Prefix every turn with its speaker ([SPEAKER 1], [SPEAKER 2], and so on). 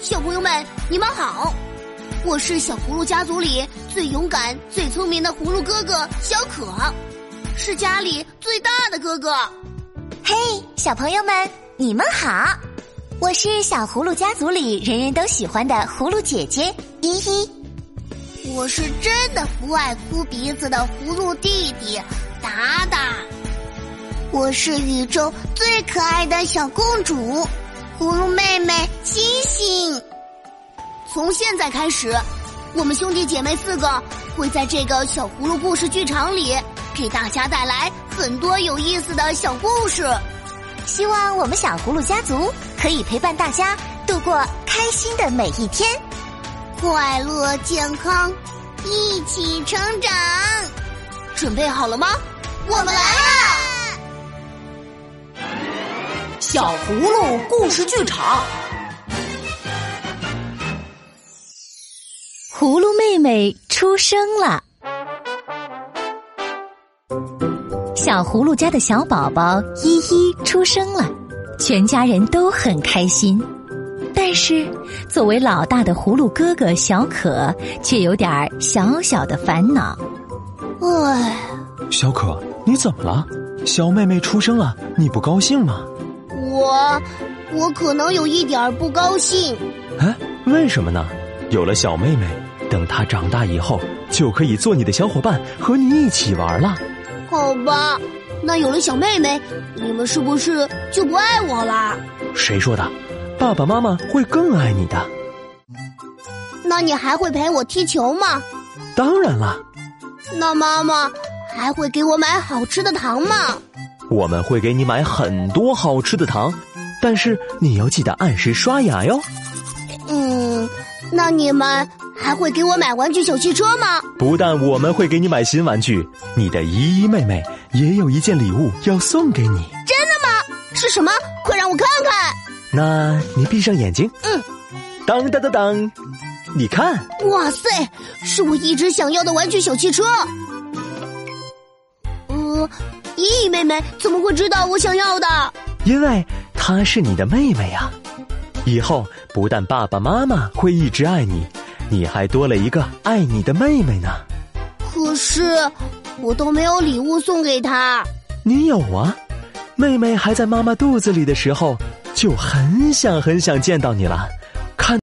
[SPEAKER 1] 小朋友们，你们好，我是小葫芦家族里最勇敢、最聪明的葫芦哥哥小可，是家里最大的哥哥。
[SPEAKER 2] 嘿，小朋友们，你们好！我是小葫芦家族里人人都喜欢的葫芦姐姐依依。
[SPEAKER 1] 我是真的不爱哭鼻子的葫芦弟弟达达。我是宇宙最可爱的小公主，葫芦妹妹星星。从现在开始，我们兄弟姐妹四个会在这个小葫芦故事剧场里给大家带来很多有意思的小故事。
[SPEAKER 2] 希望我们小葫芦家族可以陪伴大家度过开心的每一天。
[SPEAKER 1] 快乐健康，一起成长。准备好了吗？我们来啦！
[SPEAKER 3] 小葫芦故事剧场，
[SPEAKER 2] 葫芦妹妹出生了。小葫芦家的小宝宝依依出生了，全家人都很开心。但是，作为老大的葫芦哥哥小可却有点儿小小的烦恼。
[SPEAKER 1] 唉，
[SPEAKER 4] 小可，你怎么了？小妹妹出生了，你不高兴吗？
[SPEAKER 1] 我我可能有一点儿不高兴。
[SPEAKER 4] 哎，为什么呢？有了小妹妹，等她长大以后，就可以做你的小伙伴，和你一起玩了。
[SPEAKER 1] 好吧，那有了小妹妹，你们是不是就不爱我啦？
[SPEAKER 4] 谁说的？爸爸妈妈会更爱你的。
[SPEAKER 1] 那你还会陪我踢球吗？
[SPEAKER 4] 当然啦，
[SPEAKER 1] 那妈妈还会给我买好吃的糖吗？
[SPEAKER 4] 我们会给你买很多好吃的糖，但是你要记得按时刷牙哟。
[SPEAKER 1] 嗯，那你们还会给我买玩具小汽车吗？
[SPEAKER 4] 不但我们会给你买新玩具，你的依依妹妹也有一件礼物要送给你。
[SPEAKER 1] 是什么？快让我看看！
[SPEAKER 4] 那你闭上眼睛。
[SPEAKER 1] 嗯。
[SPEAKER 4] 当当当当，你看，
[SPEAKER 1] 哇塞，是我一直想要的玩具小汽车。嗯，依依妹妹怎么会知道我想要的？
[SPEAKER 4] 因为她是你的妹妹呀、以后不但爸爸妈妈会一直爱你，你还多了一个爱你的妹妹呢。
[SPEAKER 1] 可是我都没有礼物送给她。
[SPEAKER 4] 你有啊？妹妹还在妈妈肚子里的时候，就很想很想见到你了。